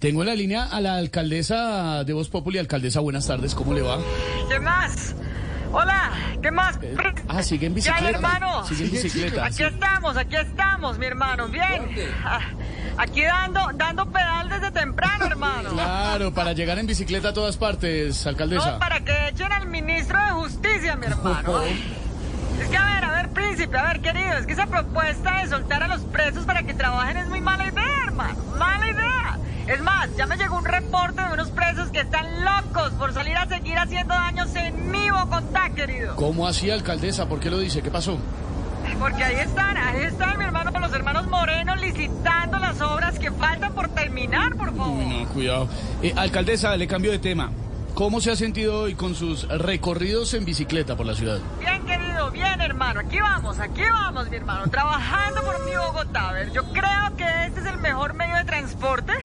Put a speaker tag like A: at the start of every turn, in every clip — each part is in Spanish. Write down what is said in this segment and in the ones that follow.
A: Tengo en la línea a la alcaldesa de Voz Populi. Alcaldesa, buenas tardes. ¿Cómo le va?
B: ¿Qué más? Hola, ¿qué más?
A: Ah, sigue en
B: ¿Qué
A: bicicleta.
B: hay, hermano?
A: Sigue en bicicleta.
B: Aquí estamos, aquí estamos, mi hermano, bien. Ah, Aquí dando, dando pedal desde temprano, hermano.
A: Claro, para llegar en bicicleta a todas partes, alcaldesa.
B: No, para que echen al ministro de Justicia, mi hermano. Es que, a ver, a ver, príncipe, a ver, querido, es que esa propuesta de soltar a los presos para que trabajen es muy mala idea, hermano. Mala idea. Es más, ya me llegó un reporte de unos presos que están locos por salir a seguir haciendo daños en mi Bogotá, querido.
A: ¿Cómo así, alcaldesa? ¿Por qué lo dice? ¿Qué pasó?
B: Porque ahí están, ahí están, mi hermano, con los hermanos morenos licitando las obras que faltan por terminar, por favor.
A: No, cuidado. Eh, alcaldesa, le cambio de tema. ¿Cómo se ha sentido hoy con sus recorridos en bicicleta por la ciudad?
B: Bien, querido, bien, hermano. Aquí vamos, aquí vamos, mi hermano. Trabajando por mi Bogotá. A ver, yo creo que este es el mejor medio de transporte.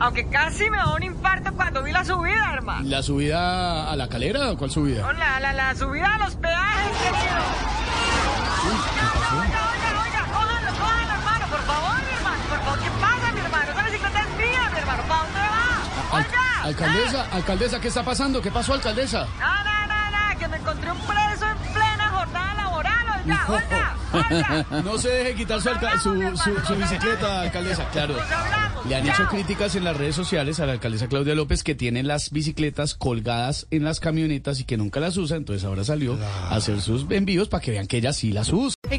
B: Aunque casi me da un infarto cuando vi la subida, hermano. Oh,
A: ¿La subida a la calera o cuál subida?
B: La, la, la subida a los peajes, querido. Oiga, oiga, oiga, cójalo, cójalo, hermano, por favor, mi hermano, por favor, ¿qué pasa, mi hermano? Esa bicicleta es mía, mi hermano, ¿para dónde va?
A: Al-
B: Oiga, ¿eh?
A: alcaldesa, alcaldesa, ¿qué está pasando? ¿Qué pasó, alcaldesa?
B: No, no, no, no, que me encontré un preso en plena jornada laboral, oiga, oiga, oiga.
A: No se deje quitar su, alca- su, su- su bicicleta, alcaldesa. Claro.
B: Nos hablamos,
A: Le han hecho
B: chao.
A: críticas en las redes sociales a la alcaldesa Claudia López que tiene las bicicletas colgadas en las camionetas y que nunca las usa. Entonces ahora salió a hacer sus envíos para que vean que ella sí las usa.
C: Hey